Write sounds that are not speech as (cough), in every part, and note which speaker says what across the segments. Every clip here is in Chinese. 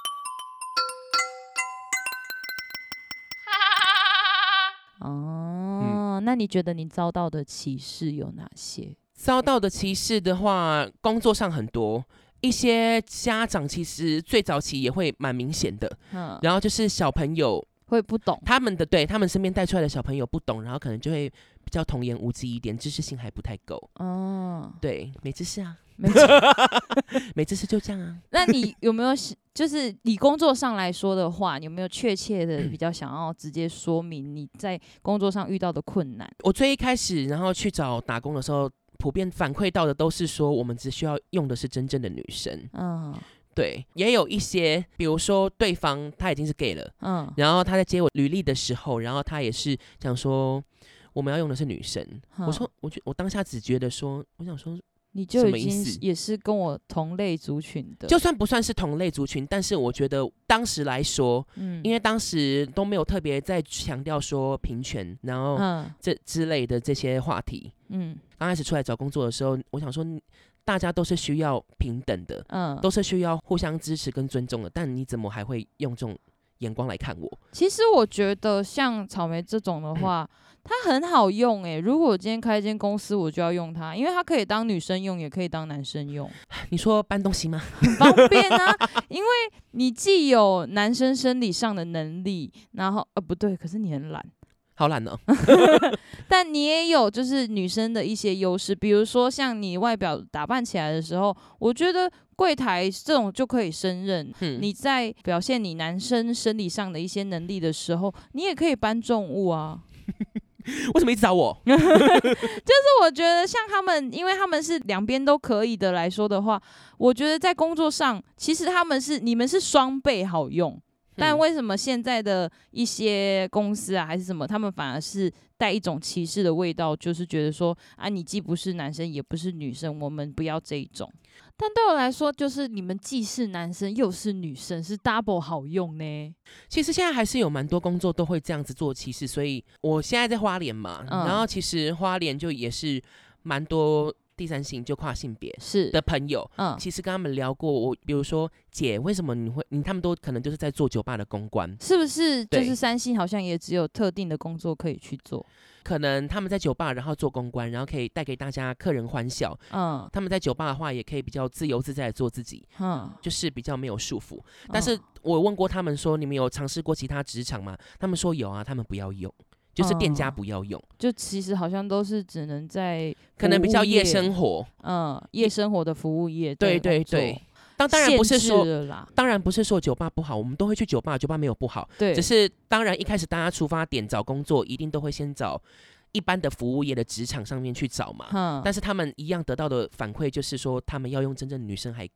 Speaker 1: (laughs) 哦
Speaker 2: 嗯
Speaker 1: 那你觉得你遭到的歧视有哪些？
Speaker 2: 遭到的歧视的话，工作上很多，一些家长其实最早期也会蛮明显的。
Speaker 1: 嗯，
Speaker 2: 然后就是小朋友
Speaker 1: 会不懂，
Speaker 2: 他们的对他们身边带出来的小朋友不懂，然后可能就会比较童言无忌一点，知识性还不太够。
Speaker 1: 哦，
Speaker 2: 对，没知识啊，
Speaker 1: 没
Speaker 2: (laughs)
Speaker 1: 错。
Speaker 2: 没知识就这样啊。
Speaker 1: 那你有没有是就是你工作上来说的话，你有没有确切的比较想要直接说明你在工作上遇到的困难？
Speaker 2: 我最一开始，然后去找打工的时候，普遍反馈到的都是说，我们只需要用的是真正的女生。
Speaker 1: 嗯
Speaker 2: 对，也有一些，比如说对方他已经是 gay 了，
Speaker 1: 嗯
Speaker 2: 然后他在接我履历的时候，然后他也是讲说。我们要用的是女生，
Speaker 1: 嗯
Speaker 2: 我说，我就我当下只觉得说，我想说，
Speaker 1: 你
Speaker 2: 什
Speaker 1: 就
Speaker 2: 么
Speaker 1: 已
Speaker 2: 意
Speaker 1: 经
Speaker 2: 思
Speaker 1: 是也是跟我同类族群的，
Speaker 2: 就算不算是同类族群，但是我觉得当时来说，
Speaker 1: 嗯
Speaker 2: 因为当时都没有特别在强调说平权，然后
Speaker 1: 嗯
Speaker 2: 这之类的这些话题。
Speaker 1: 嗯
Speaker 2: 刚开始出来找工作的时候，我想说，大家都是需要平等的，
Speaker 1: 嗯，
Speaker 2: 都是需要互相支持跟尊重的。但你怎么还会用这种眼光来看我？ (laughs)
Speaker 1: 其实我觉得像草莓这种的话，它很好用诶、如果我今天开一间公司，我就要用它，因为它可以当女生用，也可以当男生用，
Speaker 2: 你说搬东西吗？ (laughs)
Speaker 1: 很方便啊。 (laughs) 因为你既有男生生理上的能力，然后呃不对，可是你很懒，
Speaker 2: 好懒哦。
Speaker 1: 但你也有就是女生的一些优势，比如说像你外表打扮起来的时候，我觉得柜台这种就可以胜任。
Speaker 2: 嗯，
Speaker 1: 你在表现你男生生理上的一些能力的时候，你也可以搬重物啊。
Speaker 2: 为什么一直
Speaker 1: (laughs)
Speaker 2: 找我？
Speaker 1: 我觉得像他们，因为他们是两边都可以的来说的话，我觉得在工作上，其实他们是你们是双倍好用。但
Speaker 2: 嗯
Speaker 1: 为什么现在的一些公司啊，还是什么，他们反而是带一种歧视的味道，就是觉得说啊，你既不是男生，也不是女生，我们不要这一种。但对我来说，就是你们既是男生又是女生，是 double 好用呢。
Speaker 2: 其实现在还是有蛮多工作都会这样子做歧视，所以我现在在花莲嘛，
Speaker 1: 嗯
Speaker 2: 然后其实花莲就也是蛮多第三性就跨性别
Speaker 1: 是
Speaker 2: 的，朋友，
Speaker 1: 嗯，
Speaker 2: 其实跟他们聊过，我比如说姐，为什么你会你他们都可能就是在做酒吧的公关，
Speaker 1: 是不是就
Speaker 2: 对
Speaker 1: 是三星好像也只有特定的工作可以去做？
Speaker 2: 可能他们在酒吧然后做公关，然后可以带给大家客人欢笑。
Speaker 1: 嗯
Speaker 2: 他们在酒吧的话，也可以比较自由自在的做自己，
Speaker 1: 嗯。
Speaker 2: 就是比较没有束缚。但是
Speaker 1: 嗯
Speaker 2: 我问过他们说，你们有尝试过其他职场吗？他们说有啊，他们不要用，就是店家
Speaker 1: 哦
Speaker 2: 不要用，
Speaker 1: 就其实好像都是只能在
Speaker 2: 可能比较
Speaker 1: 服务业
Speaker 2: 夜生活。
Speaker 1: 嗯夜生活的服务业
Speaker 2: 对
Speaker 1: 的工
Speaker 2: 对
Speaker 1: 作
Speaker 2: 对，当当然不是
Speaker 1: 限制
Speaker 2: 说，
Speaker 1: 了啦，
Speaker 2: 当然不是说酒吧不好，我们都会去酒吧，酒吧没有不好。
Speaker 1: 对，
Speaker 2: 只是当然一开始大家出发点找工作，一定都会先找一般的服务业的职场上面去找嘛。
Speaker 1: 嗯，
Speaker 2: 但是他们一样得到的反馈就是说，他们要用真正的女生还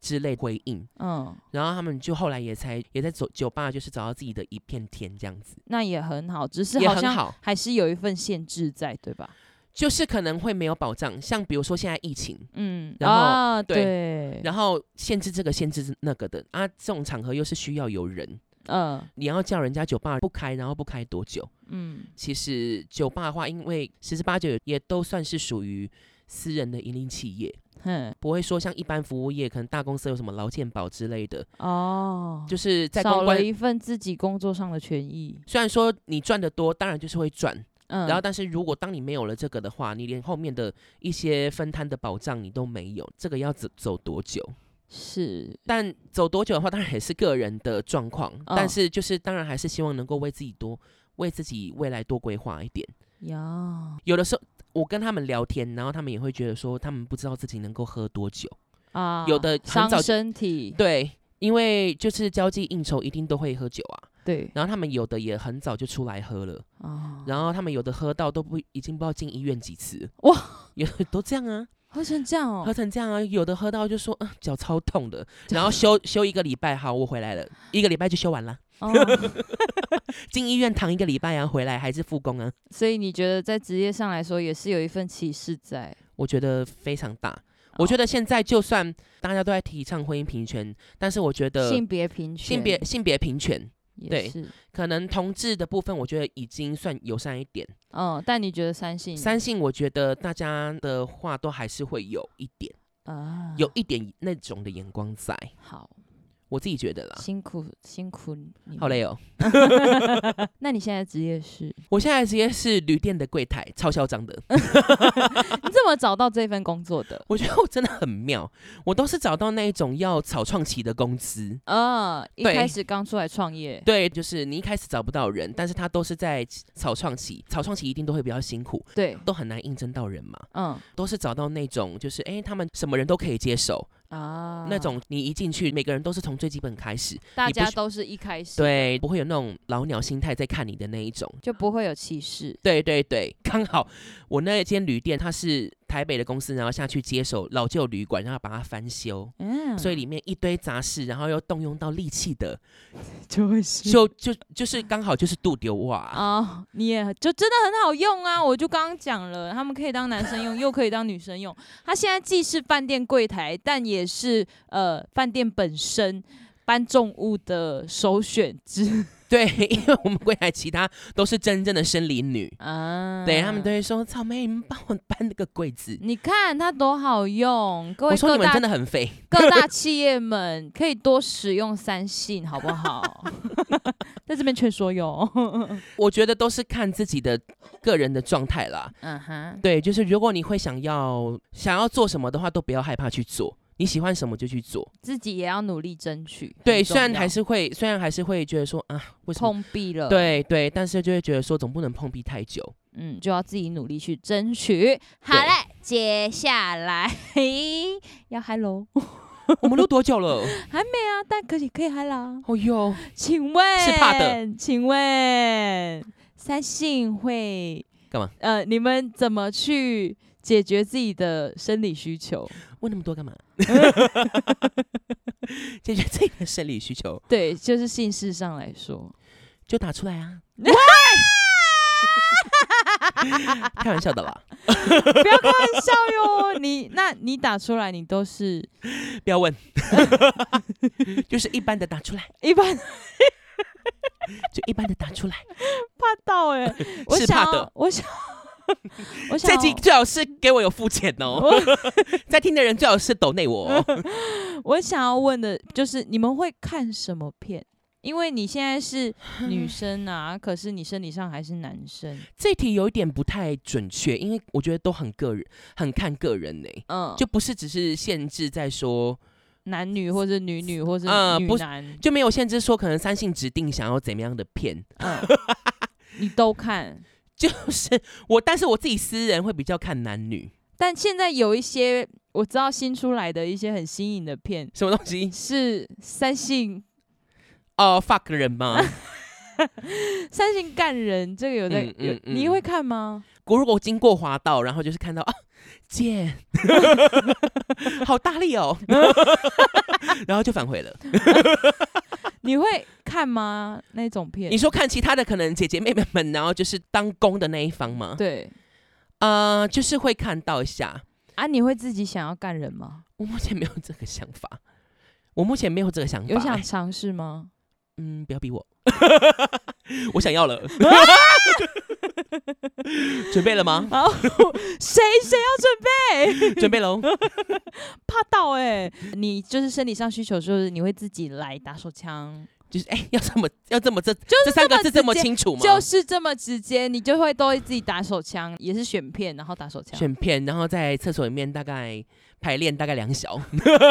Speaker 2: 之类回应，
Speaker 1: 嗯，
Speaker 2: 然后他们就后来也才也在走酒吧，就是找到自己的一片天这样子，
Speaker 1: 那也很好，只是
Speaker 2: 也
Speaker 1: 好
Speaker 2: 很
Speaker 1: 像
Speaker 2: 好。
Speaker 1: 还是有一份限制在，对吧？
Speaker 2: 就是可能会没有保障，像比如说现在疫情，
Speaker 1: 嗯，
Speaker 2: 然后
Speaker 1: 啊
Speaker 2: 对
Speaker 1: 对，
Speaker 2: 然后限制这个限制那个的啊，这种场合又是需要有人，
Speaker 1: 嗯
Speaker 2: 你要叫人家酒吧不开，然后不开多久？
Speaker 1: 嗯
Speaker 2: 其实酒吧的话，因为十之八九也都算是属于私人的盈利企业，
Speaker 1: 哼
Speaker 2: 不会说像一般服务业，可能大公司有什么劳健保之类的，
Speaker 1: 哦，
Speaker 2: 就是在
Speaker 1: 少
Speaker 2: 公关
Speaker 1: 了。一份自己工作上的权益，
Speaker 2: 虽然说你赚得多，当然就是会赚，
Speaker 1: 嗯，
Speaker 2: 然后但是如果当你没有了这个的话，你连后面的一些分摊的保障你都没有，这个要走走多久？
Speaker 1: 是
Speaker 2: 但走多久的话，当然也是个人的状况，
Speaker 1: 嗯
Speaker 2: 但是就是当然还是希望能够为自己多为自己未来多规划一点。
Speaker 1: 呀
Speaker 2: 有的时候我跟他们聊天，然后他们也会觉得说，他们不知道自己能够喝多久。
Speaker 1: 啊，
Speaker 2: 有的很
Speaker 1: 伤
Speaker 2: 早就
Speaker 1: 身体，
Speaker 2: 对，因为就是交际应酬一定都会喝酒啊，
Speaker 1: 对
Speaker 2: 然后他们有的也很早就出来喝了，
Speaker 1: 啊，
Speaker 2: 然后他们有的喝到都不已经不知道进医院几次，
Speaker 1: 哇，
Speaker 2: 有的都这样啊， (laughs)
Speaker 1: 喝成这样哦
Speaker 2: 喝，成这样啊，有的喝到就说，嗯、脚超痛 (laughs) 的，然后休休一个礼拜，好，我回来了，一个礼拜就休完了，
Speaker 1: 哦
Speaker 2: 进医院躺一个礼拜啊，回来还是复工啊，
Speaker 1: 所以你觉得在职业上来说，也是有一份歧视在？哦
Speaker 2: 我觉得非常大。我觉
Speaker 1: 得
Speaker 2: 得现在就算大家都在提倡婚姻平权，但是我觉得
Speaker 1: 性别平权，
Speaker 2: 性别性别平权，
Speaker 1: 也
Speaker 2: 对
Speaker 1: 是，
Speaker 2: 可能同志的部分，我觉得已经算友善一点。
Speaker 1: 嗯，但你觉得三性
Speaker 2: 三性，我觉得大家的话都还是会有一点，
Speaker 1: 啊
Speaker 2: 有一点那种的眼光在。
Speaker 1: 好，
Speaker 2: 我自己觉得啦，
Speaker 1: 辛苦辛苦你们。
Speaker 2: 好累哦。
Speaker 1: 那你现在职业是？
Speaker 2: 我现在直接是旅店的柜台，超嚣张的。
Speaker 1: 你怎么找到这份工作的？
Speaker 2: 我觉得我哦真的很妙，我都是找到那一种要草创期的公司。
Speaker 1: 呃，一
Speaker 2: 对
Speaker 1: 开始刚出来创业，
Speaker 2: 对，就是你一开始找不到人，但是他都是在草创期，草创期一定都会比较辛苦，
Speaker 1: 对，
Speaker 2: 都很难应征到人嘛。
Speaker 1: 嗯
Speaker 2: 都是找到那种就是哎，诶他们什么人都可以接手，
Speaker 1: 啊，
Speaker 2: 那种你一进去，每个人都是从最基本开始，
Speaker 1: 大
Speaker 2: 你不
Speaker 1: 家
Speaker 2: 是
Speaker 1: 都是一开始
Speaker 2: 对，不会有那种老鸟心态在看你的那一种。
Speaker 1: 就不会有歧视，
Speaker 2: 对对对，刚好我那间旅店它是台北的公司，然后下去接手老旧旅馆，然后把它翻修，
Speaker 1: 嗯，
Speaker 2: 所以里面一堆杂事，然后又动用到力气的，
Speaker 1: 嗯就会是
Speaker 2: 就就就是刚好就是杜丢哇。
Speaker 1: 哦，你也就真的很好用啊！我就刚刚讲了，他们可以当男生用，
Speaker 2: (laughs)
Speaker 1: 又可以当女生用。他现在既是饭店柜台，但也是呃饭店本身搬重物的首选之
Speaker 2: 对， (laughs) 因为我们柜台其他都是真正的生理女，
Speaker 1: 啊。
Speaker 2: 对他们都会说：“草莓，你们帮我搬那个柜子。
Speaker 1: 你看它多好用，”各
Speaker 2: 我
Speaker 1: 位
Speaker 2: 说：“
Speaker 1: 各
Speaker 2: 你们
Speaker 1: 大
Speaker 2: 真的很废。
Speaker 1: 各
Speaker 2: (laughs)
Speaker 1: 大企业们可以多使用三性，好不
Speaker 2: (laughs)
Speaker 1: 好？在这边劝说哟。”
Speaker 2: 我觉得都是看自己的个人的状态啦。
Speaker 1: 嗯哼，
Speaker 2: 对，就是如果你会想要想要做什么的话，都不要害怕去做，你喜欢什么就去做。
Speaker 1: 自己也要努力争取。
Speaker 2: 对，
Speaker 1: 很
Speaker 2: 虽然
Speaker 1: 重
Speaker 2: 还
Speaker 1: 要
Speaker 2: 是会，虽然还是会觉得说啊，为什么？
Speaker 1: 碰壁了，。
Speaker 2: 对对，但是就会觉得说，总不能碰壁太
Speaker 1: (laughs)
Speaker 2: 久。
Speaker 1: 嗯，就要自己努力去争取。好
Speaker 2: 对
Speaker 1: 嘞，接下来 (laughs) 要嗨喽，
Speaker 2: 我们录多
Speaker 1: (laughs)
Speaker 2: 久了？
Speaker 1: 还没啊，但可以可以嗨啦。
Speaker 2: 哦哟，
Speaker 1: 请问
Speaker 2: 是怕的？
Speaker 1: 请问三性会
Speaker 2: 干嘛？
Speaker 1: 呃，你们怎么去解决自己的生理需求？
Speaker 2: 问那么
Speaker 1: (laughs)
Speaker 2: 多干嘛？解决自己的生理需求，
Speaker 1: 对，就是性事上来说，
Speaker 2: 就打出来
Speaker 1: (laughs)
Speaker 2: 啊！开玩笑的啦，
Speaker 1: 不要开玩笑哟。你那你打出来，你都是
Speaker 2: 不要问， (laughs) 就是一般的打出来，
Speaker 1: 一般
Speaker 2: 就一般的打出来。
Speaker 1: 怕到哎、我
Speaker 2: 是
Speaker 1: 想
Speaker 2: 怕
Speaker 1: 要
Speaker 2: 的
Speaker 1: 我想我想
Speaker 2: (laughs) 这集
Speaker 1: 要
Speaker 2: 最好是给我有付钱哦，
Speaker 1: 我
Speaker 2: 在听的人最好是抖内我哦。
Speaker 1: 我想要问的就是，你们会看什么片？因为你现在
Speaker 2: (laughs)
Speaker 1: 是女生啊，可是你身体上还是男生。
Speaker 2: (laughs) 这题有一点不太准确，因为我觉得都很个人，很看个人呢、
Speaker 1: 嗯，
Speaker 2: 就不是只是限制在说，
Speaker 1: 男女或者女女或者
Speaker 2: 呃
Speaker 1: 女
Speaker 2: 不是
Speaker 1: 男，
Speaker 2: 就没有限制说可能三性指定想要怎么样的片，
Speaker 1: 嗯，你都看。
Speaker 2: 就是我，但是我自己私人会比较看男女
Speaker 1: 但现在有一些我知道新出来的一些很新颖的片，
Speaker 2: 什么东 (laughs) 西
Speaker 1: 是三性
Speaker 2: 哦、fuck 人吗？
Speaker 1: 三性干人，这个有在、
Speaker 2: 嗯嗯
Speaker 1: 有，你
Speaker 2: 嗯
Speaker 1: 会看吗？
Speaker 2: 我如果经过滑道，然后就是看到啊，姐， (laughs) 好大力哦， (laughs) 然后就返回了。
Speaker 1: 你会看吗？那种片
Speaker 2: 你？说看其他的可能姐姐妹妹们，然后就是当公的那一方吗？
Speaker 1: 对
Speaker 2: 呃，就是会看到一下，
Speaker 1: 啊，你会自己想要干人吗？
Speaker 2: 我目前没有这个想法，我目前没有这个想法、
Speaker 1: 有想
Speaker 2: 欸
Speaker 1: 尝试吗？
Speaker 2: 嗯，不要逼我，
Speaker 1: (laughs)
Speaker 2: 我想要了，准备了吗？
Speaker 1: 然后谁谁要准备？
Speaker 2: 准备喽。
Speaker 1: 怕到哎、你就是生理上需求，就是你会自己来打手枪，
Speaker 2: 就是哎、要这么要这么这
Speaker 1: 就是
Speaker 2: 这三个字
Speaker 1: 这
Speaker 2: 这
Speaker 1: 么
Speaker 2: 么
Speaker 1: 直接
Speaker 2: 清楚吗？
Speaker 1: 就是这么直接，你就会都会自己打手枪，也是选片，然后打手枪，
Speaker 2: 选片，然后在厕所里面大概排练大概两小。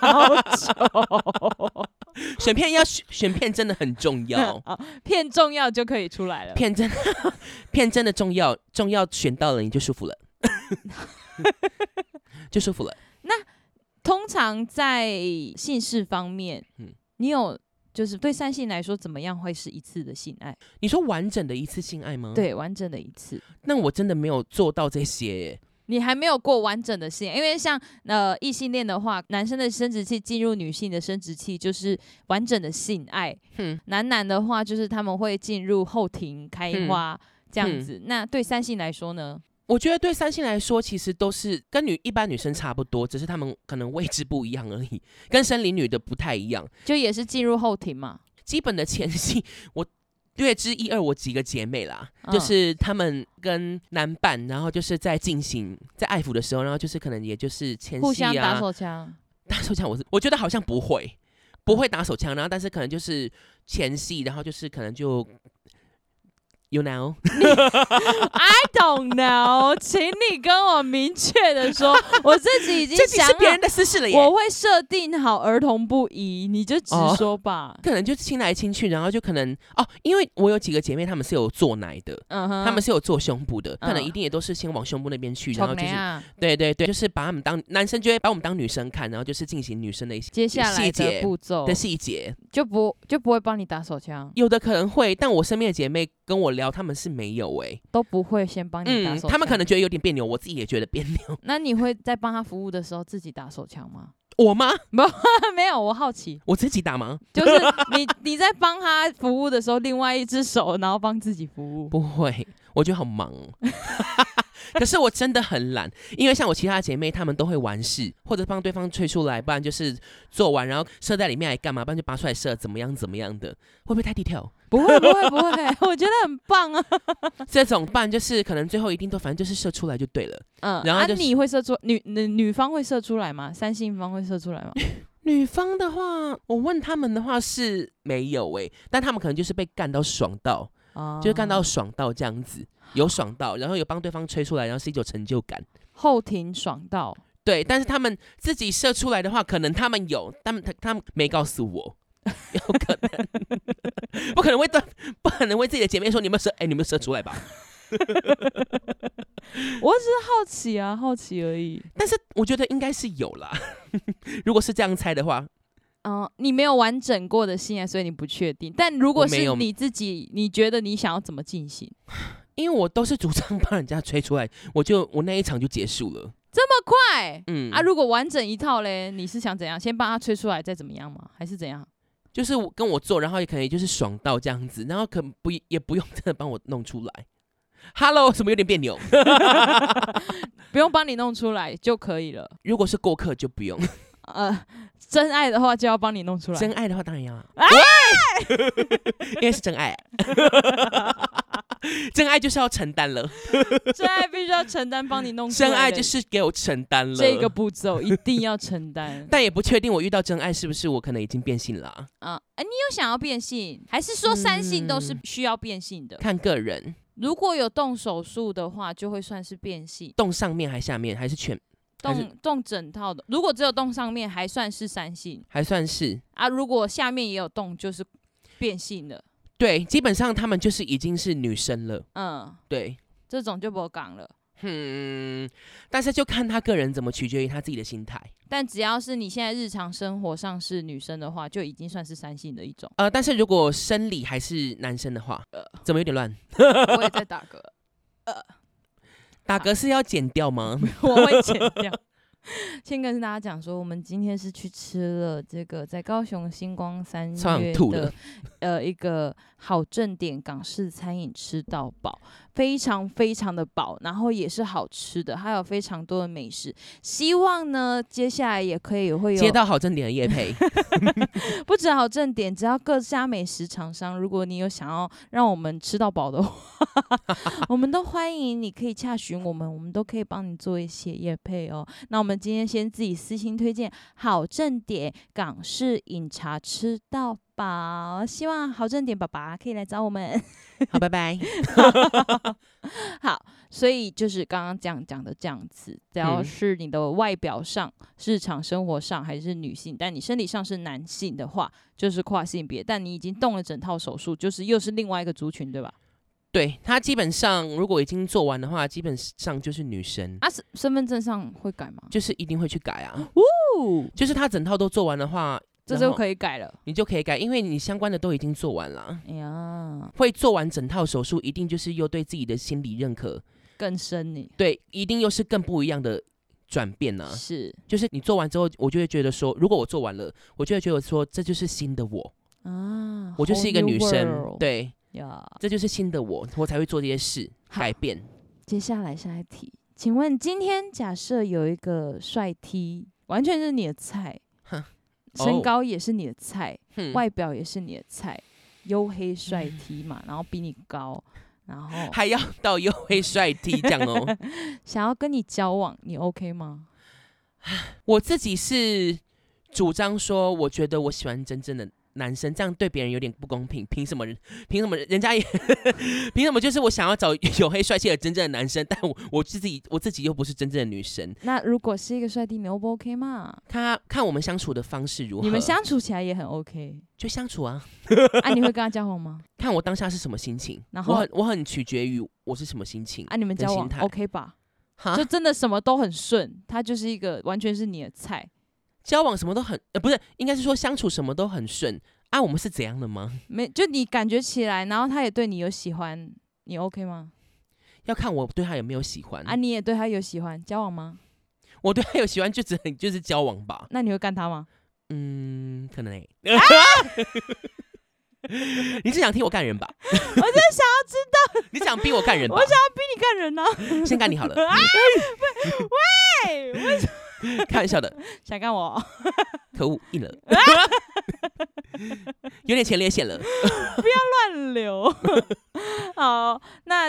Speaker 1: 好久，，
Speaker 2: 选片要选选片真的很重要
Speaker 1: (laughs) 啊片重要就可以出来了。
Speaker 2: 片真片真的 (laughs) 重要，重要选到了你就
Speaker 1: (laughs)
Speaker 2: 舒服了，就舒服了。
Speaker 1: 通常在性事方面，
Speaker 2: 嗯
Speaker 1: 你有就是对三性来说，怎么样会是一次的性爱？
Speaker 2: 你说完整的一次性爱吗？，
Speaker 1: 对，完整的一次。
Speaker 2: 那我真的没有做到这些耶。
Speaker 1: 你还没有过完整的性，因为像呃异性恋的话，男生的生殖器进入女性的生殖器就是完整的性爱，
Speaker 2: 哼
Speaker 1: 男男的话就是他们会进入后庭开花、这样子。那对三性来说呢？
Speaker 2: 我觉得对三性来说，其实都是跟女一般女生差不多，只是她们可能位置不一样而已，跟生理女的不太一样。
Speaker 1: 就也是进入后庭嘛，
Speaker 2: 基本的前戏，我略知一二。我几个姐妹啦，
Speaker 1: (laughs) 嗯
Speaker 2: 就是她们跟男伴，然后就是在进行在爱抚的时候，然后就是可能也就是前
Speaker 1: 互
Speaker 2: 戏
Speaker 1: 相打
Speaker 2: 啊，
Speaker 1: 手枪。
Speaker 2: 打手枪。我是我觉得好像不会，不会打手枪，然后但是可能就是前戏，然后就是可能就，you know，
Speaker 1: I don't
Speaker 2: (laughs)
Speaker 1: know，请你跟我明确的说，我自己已经
Speaker 2: 这集
Speaker 1: 想
Speaker 2: 是别人
Speaker 1: 好，
Speaker 2: 的私事了耶。
Speaker 1: 我会设定好儿童不宜，你就直
Speaker 2: 哦
Speaker 1: 说吧。
Speaker 2: 可能就亲来亲去，然后就可能哦，因为我有几个姐妹，她们是有做奶的，
Speaker 1: 嗯哼，
Speaker 2: 她们是有做胸部的，可能
Speaker 1: 嗯
Speaker 2: 一定也都是先往胸部那边去，然后
Speaker 1: 从
Speaker 2: 就
Speaker 1: 哪
Speaker 2: 是
Speaker 1: 样？
Speaker 2: 对对对，就是把她们当男生就会把我们当女生看，然后就是进行女生的一些
Speaker 1: 接下来
Speaker 2: 细节
Speaker 1: 的步骤
Speaker 2: 的细节，
Speaker 1: 就不就不会帮你打手枪，
Speaker 2: 有的可能会，但我身边的姐妹跟我聊，她们是没有哎、
Speaker 1: 都不会先帮你打
Speaker 2: 嗯，
Speaker 1: 手枪。
Speaker 2: 她们可能觉得有点别扭，我自己也觉得别扭， (laughs)
Speaker 1: 那你会在帮他服务的时候自己打手枪吗？ (laughs)
Speaker 2: 我吗？
Speaker 1: 没有，我好奇，
Speaker 2: 我自己打吗？
Speaker 1: 就是
Speaker 2: (laughs)
Speaker 1: 你你在帮他服务的时候，另外一只手然后帮自己服务。
Speaker 2: (laughs) 不会，我觉得好忙 (laughs) 哦。可是我真的很懒，因为像我其他姐妹，她们都会完事，或者帮对方吹出来，不然就是做完然后射在里面来干嘛，不然就拔出来射，怎么样怎么样的，会不会太 detail？
Speaker 1: 不会不会不会， (laughs) 我觉得很棒
Speaker 2: (laughs)
Speaker 1: 啊。
Speaker 2: 这种不然就是可能最后一定都反正就是射出来就对了。
Speaker 1: 嗯，
Speaker 2: 然后
Speaker 1: 啊
Speaker 2: 就是
Speaker 1: 你会射出女女女方会射出来吗？三性方会射出来吗？
Speaker 2: 女方的话，我问他们的话是没有诶、但他们可能就是被干到爽到，
Speaker 1: 啊
Speaker 2: (laughs) 就是干到爽到这样子，有爽到，然后有帮对方吹出来，然后是一种成就感。
Speaker 1: 后庭爽到
Speaker 2: 对，但是他们自己射出来的话，可能他们有，他们他他们没告诉我， (laughs) 有可能， (laughs) 不可能会对，不可能为自己的姐妹说你们射，哎、你们射出来吧。
Speaker 1: 好奇啊，好奇而已。
Speaker 2: 但是我觉得应该是有啦， (laughs) 如果是这样猜的话，
Speaker 1: 嗯，你没有完整过的性爱，所以你不确定。但如
Speaker 2: 我
Speaker 1: 果
Speaker 2: 没
Speaker 1: 是
Speaker 2: 有
Speaker 1: 你自己，你觉得你想要怎么进行？
Speaker 2: 因为我都是主张帮人家吹出来，我就我那一场就结束了。
Speaker 1: 这么快、
Speaker 2: 嗯
Speaker 1: 啊？如果完整一套嘞，你是想怎样？先帮他吹出来，再怎么样吗？还是怎样？ (laughs)
Speaker 2: 就是我跟我做，然后也可能也就是爽到这样子，然后可不也不用真的帮我弄出来。Hello，怎么有点别扭？
Speaker 1: 不用帮你弄出来就可以了。
Speaker 2: 如果是过客就不用，
Speaker 1: 呃，真爱的话就要帮你弄出来。
Speaker 2: 真爱的话当然要啊，
Speaker 1: 哎
Speaker 2: 喂 (laughs) 因为是真爱， (laughs) 真爱就是要承担了，
Speaker 1: 真爱必须要承担帮你弄出来
Speaker 2: 真
Speaker 1: 的
Speaker 2: 爱就是给我承担了。。
Speaker 1: 这个，步骤一定要承担
Speaker 2: 但也不确定我遇到真爱是不是我可能已经变性了啊、
Speaker 1: 啊，哎、你有想要变性，还是说三性都是
Speaker 2: 嗯
Speaker 1: 需要变性的？
Speaker 2: 看个人
Speaker 1: 如果有动手术的话，就会算是变性。
Speaker 2: 动上面还下面还是全还是
Speaker 1: 动动整套的，如果只有动上面还算是三性
Speaker 2: 还算是
Speaker 1: 啊，如果下面也有动就是变性了，
Speaker 2: 对，基本上他们就是已经是女生了，
Speaker 1: 嗯，
Speaker 2: 对。
Speaker 1: 这种就不讲了。
Speaker 2: 嗯，但是就看他个人怎么取决于他自己的心态。。
Speaker 1: 但只要是你现在日常生活上是女生的话，就已经算是三性的一种
Speaker 2: 呃，但是如果生理还是男生的话，
Speaker 1: 呃
Speaker 2: 怎么有点乱？
Speaker 1: 我也在打嗝，
Speaker 2: 打嗝是要剪掉吗？
Speaker 1: 我会剪掉。 (laughs) 先跟大家讲说，我们今天是去吃了这个在高雄星光三
Speaker 2: 超
Speaker 1: 月
Speaker 2: 想吐了
Speaker 1: 的呃一个好正点港式餐饮，吃到饱，非常非常的饱，然后也是好吃的，还有非常多的美食。希望呢，接下来也可以会有
Speaker 2: 接到好正点的叶配，
Speaker 1: 不止好正点，只要各家美食厂商，如果你有想要让我们吃到饱的话， (laughs) 我们都欢迎，你可以洽询我们，我们都可以帮你做一些业配哦。那我们今天先自己私心推荐好正点港式饮茶吃到饱，希望好正点爸爸可以来找我们。
Speaker 2: 好，拜拜。
Speaker 1: (laughs) 好，所以就是刚刚讲讲的这样子，只要
Speaker 2: 嗯
Speaker 1: 是你的外表上、日常生活上还是女性，但你身体上是男性的话，就是跨性别。但你已经动了整套手术，就是又是另外一个族群，对吧？
Speaker 2: 对他基本上如果已经做完的话，基本上就是女生，
Speaker 1: 啊，身身份证上会改吗？
Speaker 2: 就是一定会去改啊。
Speaker 1: 不，
Speaker 2: 就是他整套都做完的话，
Speaker 1: 这就
Speaker 2: 以，
Speaker 1: 可以改了。
Speaker 2: 你就可以改，因为你相关的都已经做完了。
Speaker 1: 哎呀，
Speaker 2: 会做完整套手术，一定就是又对自己的心理认可，
Speaker 1: 更深你、
Speaker 2: 对，一定又是更不一样的转变呢、
Speaker 1: 是
Speaker 2: 就是你做完之后，我就会觉得说，如果我做完了，我就会觉得说，这就是新的我，
Speaker 1: 啊，
Speaker 2: 我就是一个女生，
Speaker 1: 对
Speaker 2: 对，
Speaker 1: 呀。
Speaker 2: 这就是新的我，我才会做这些事，
Speaker 1: 好
Speaker 2: 改变。
Speaker 1: 接下来下一题，请问今天假设有一个帅 T，完全是你的菜
Speaker 2: 哼，
Speaker 1: 身
Speaker 2: 哦
Speaker 1: 高也是你的菜，
Speaker 2: 哼
Speaker 1: 外表也是你的菜，黝黑帅 T 嘛，然后比你高，然后
Speaker 2: 嗯还要到又会 (laughs) 帅 T 这样哦。
Speaker 1: 想要跟你交往，你 OK 吗？
Speaker 2: 我自己是主张说，我觉得我喜欢真正的男生，这样对别人有点不公平。凭什么人？凭什么人家也？ (laughs) 凭什么就是我想要找黝黑帅气的真正的男生，但我我自己我自己又不是真正的女生。
Speaker 1: 那如果是一个帅弟，你 O 不 OK 嘛？
Speaker 2: 他看我们相处的方式如何？
Speaker 1: 你们相处起来也很 OK，
Speaker 2: 就相处啊，
Speaker 1: 啊，你会跟他交往吗？
Speaker 2: 看我当下是什么心情。
Speaker 1: 然
Speaker 2: 我
Speaker 1: 后
Speaker 2: 很我很取决于我是什么心情
Speaker 1: 啊，你们
Speaker 2: 跟
Speaker 1: 交
Speaker 2: 心
Speaker 1: 往
Speaker 2: 态啊
Speaker 1: OK 吧？
Speaker 2: 哈
Speaker 1: 就真的什么都很顺，他就是一个完全是你的菜，
Speaker 2: 交往什么都很呃，不是，应该是说相处什么都很顺啊。我们是怎样的吗？
Speaker 1: 没就你感觉起来，然后他也对你有喜欢，你 OK 吗？
Speaker 2: 要看我对他有没有喜欢
Speaker 1: 啊，你也对他有喜欢，交往吗？
Speaker 2: 我对他有喜欢就只能就是交往吧。
Speaker 1: 那你会干他吗？
Speaker 2: 嗯，可能欸你是想听我干人吧？
Speaker 1: 我真的想
Speaker 2: 你想逼我干人吧？
Speaker 1: 我
Speaker 2: 想
Speaker 1: 你干人呢、啊哎
Speaker 2: 先干你好了，
Speaker 1: 喂喂， (laughs)
Speaker 2: 开玩笑的，
Speaker 1: 想干我？
Speaker 2: 可恶，硬了，有点前列腺了。
Speaker 1: 乱流。 (laughs) 好，那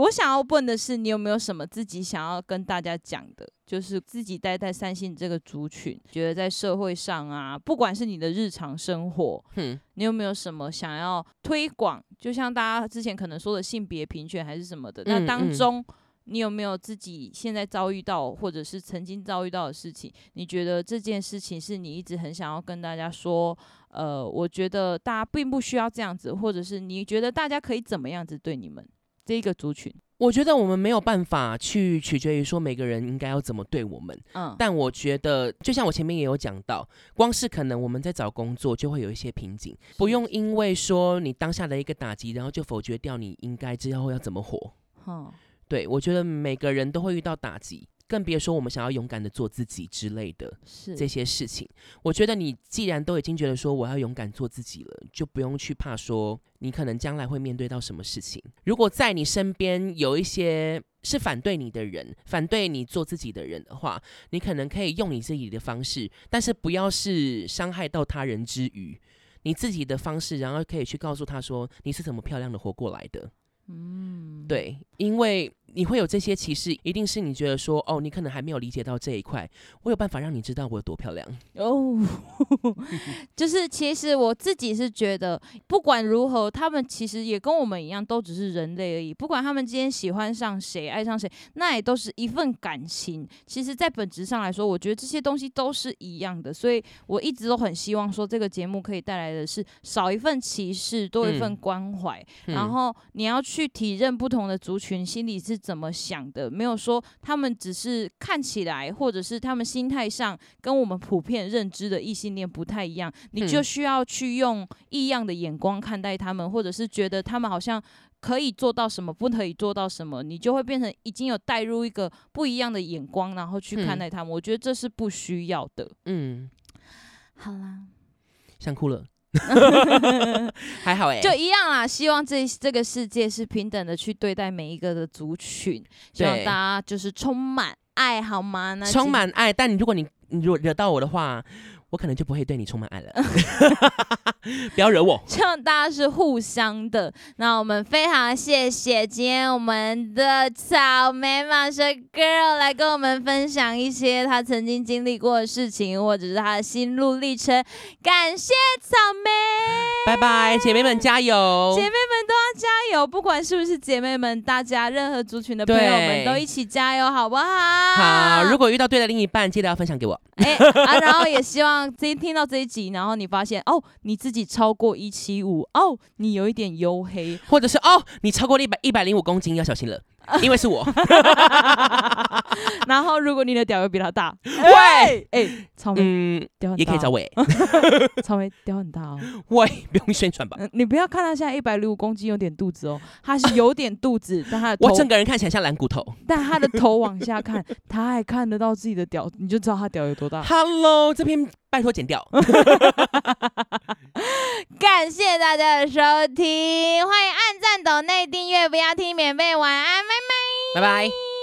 Speaker 1: 我想要问的是，你有没有什么自己想要跟大家讲的？就是自己待在三性这个族群，觉得在社会上啊，不管是你的日常生活，
Speaker 2: 哼，
Speaker 1: 你有没有什么想要推广？就像大家之前可能说的性别平权还是什么的，那
Speaker 2: 嗯
Speaker 1: 当
Speaker 2: 嗯
Speaker 1: 中。你有没有自己现在遭遇到，或者是曾经遭遇到的事情？你觉得这件事情是你一直很想要跟大家说，呃，我觉得大家并不需要这样子，或者是你觉得大家可以怎么样子对你们这一个族群？
Speaker 2: 我觉得我们没有办法去取决于说每个人应该要怎么对我们，
Speaker 1: 嗯，
Speaker 2: 但我觉得就像我前面也有讲到，光是可能我们在找工作就会有一些瓶颈，不用因为说你当下的一个打击，然后就否决掉你应该之后要怎么活。
Speaker 1: 嗯，
Speaker 2: 对，我觉得每个人都会遇到打击，更别说我们想要勇敢的做自己之类的
Speaker 1: 是
Speaker 2: 这些事情。我觉得你既然都已经觉得说我要勇敢做自己了，就不用去怕说你可能将来会面对到什么事情。如果在你身边有一些是反对你的人，反对你做自己的人的话，你可能可以用你自己的方式，但是不要是伤害到他人之余。你自己的方式，然后可以去告诉他说你是怎么漂亮的活过来的。
Speaker 1: 嗯，
Speaker 2: 对，因为你会有这些歧视，一定是你觉得说，哦，你可能还没有理解到这一块，我有办法让你知道我有多漂亮。
Speaker 1: 哦， (laughs) 就是其实我自己是觉得，不管如何，他们其实也跟我们一样，都只是人类而已。不管他们今天喜欢上谁、爱上谁，那也都是一份感情。其实，在本质上来说，我觉得这些东西都是一样的。所以我一直都很希望说，这个节目可以带来的是少一份歧视，多一份
Speaker 2: 嗯
Speaker 1: 关怀。然
Speaker 2: 嗯，
Speaker 1: 后你要去体认不同的族群心里是怎么想的，没有说他们只是看起来或者是他们心态上跟我们普遍认知的异性恋不太一样，你就
Speaker 2: 嗯
Speaker 1: 需要去用异样的眼光看待他们，或者是觉得他们好像。可以做到什么，不可以做到什么，你就会变成已经有带入一个不一样的眼光，然后去看
Speaker 2: 嗯
Speaker 1: 待他们。我觉得这是不需要的。
Speaker 2: 嗯，
Speaker 1: 好啦，
Speaker 2: 想
Speaker 1: (laughs)
Speaker 2: 哭了，还好哎、
Speaker 1: 就一样啦，希望这这个世界是平等的去对待每一个的族群，希望
Speaker 2: 对
Speaker 1: 大家就是充满爱，好吗？那
Speaker 2: 充满爱，但你如果你你如果惹到我的话，我可能就不会对你充满爱
Speaker 1: (laughs)
Speaker 2: 了。不要惹我，
Speaker 1: 今。希望大家是互相的。那我们非常谢谢今天我们的草莓玛莎 girl 来跟我们分享一些她曾经经历过的事情，或者是她的心路历程。感谢草莓。
Speaker 2: 拜拜，姐妹们加油
Speaker 1: 姐！妹们都要加油，不管是不是姐妹们，大家任何族群的朋友们
Speaker 2: 对
Speaker 1: 都一起加油，好不好？
Speaker 2: 好，
Speaker 1: 好
Speaker 2: 如果遇到对的另一半，记得要分享给我。
Speaker 1: (laughs) 哎、啊，然后也希望这一听到这一集，然后你发现哦，你自己超过一七五，哦，你有一点黝黑， (laughs)
Speaker 2: 或者是哦，你超过了一百一百零五公斤要小心了，因为是
Speaker 1: (laughs)
Speaker 2: 我。
Speaker 1: 然后如果你的屌又比他大，
Speaker 2: 喂，
Speaker 1: 哎、草莓
Speaker 2: 嗯，
Speaker 1: 屌很大，
Speaker 2: 也可以
Speaker 1: (laughs)
Speaker 2: 找我欸，
Speaker 1: 草莓屌很大哦。
Speaker 2: 喂，不用宣传吧？
Speaker 1: 嗯你不要看他现在一百零五公斤，有点肚子哦，他是有点肚子，但他的头
Speaker 2: 我整个人看起来像蓝骨头。
Speaker 1: 但他的头往下看，他还看得到自己的屌，你就知道他屌有多
Speaker 2: (laughs)
Speaker 1: 大。
Speaker 2: Hello，这篇拜托剪
Speaker 1: (laughs)
Speaker 2: 掉，
Speaker 3: 感谢大家的收听，欢迎按赞、抖内、订阅，不要听免费晚安，拜拜。
Speaker 2: 拜拜。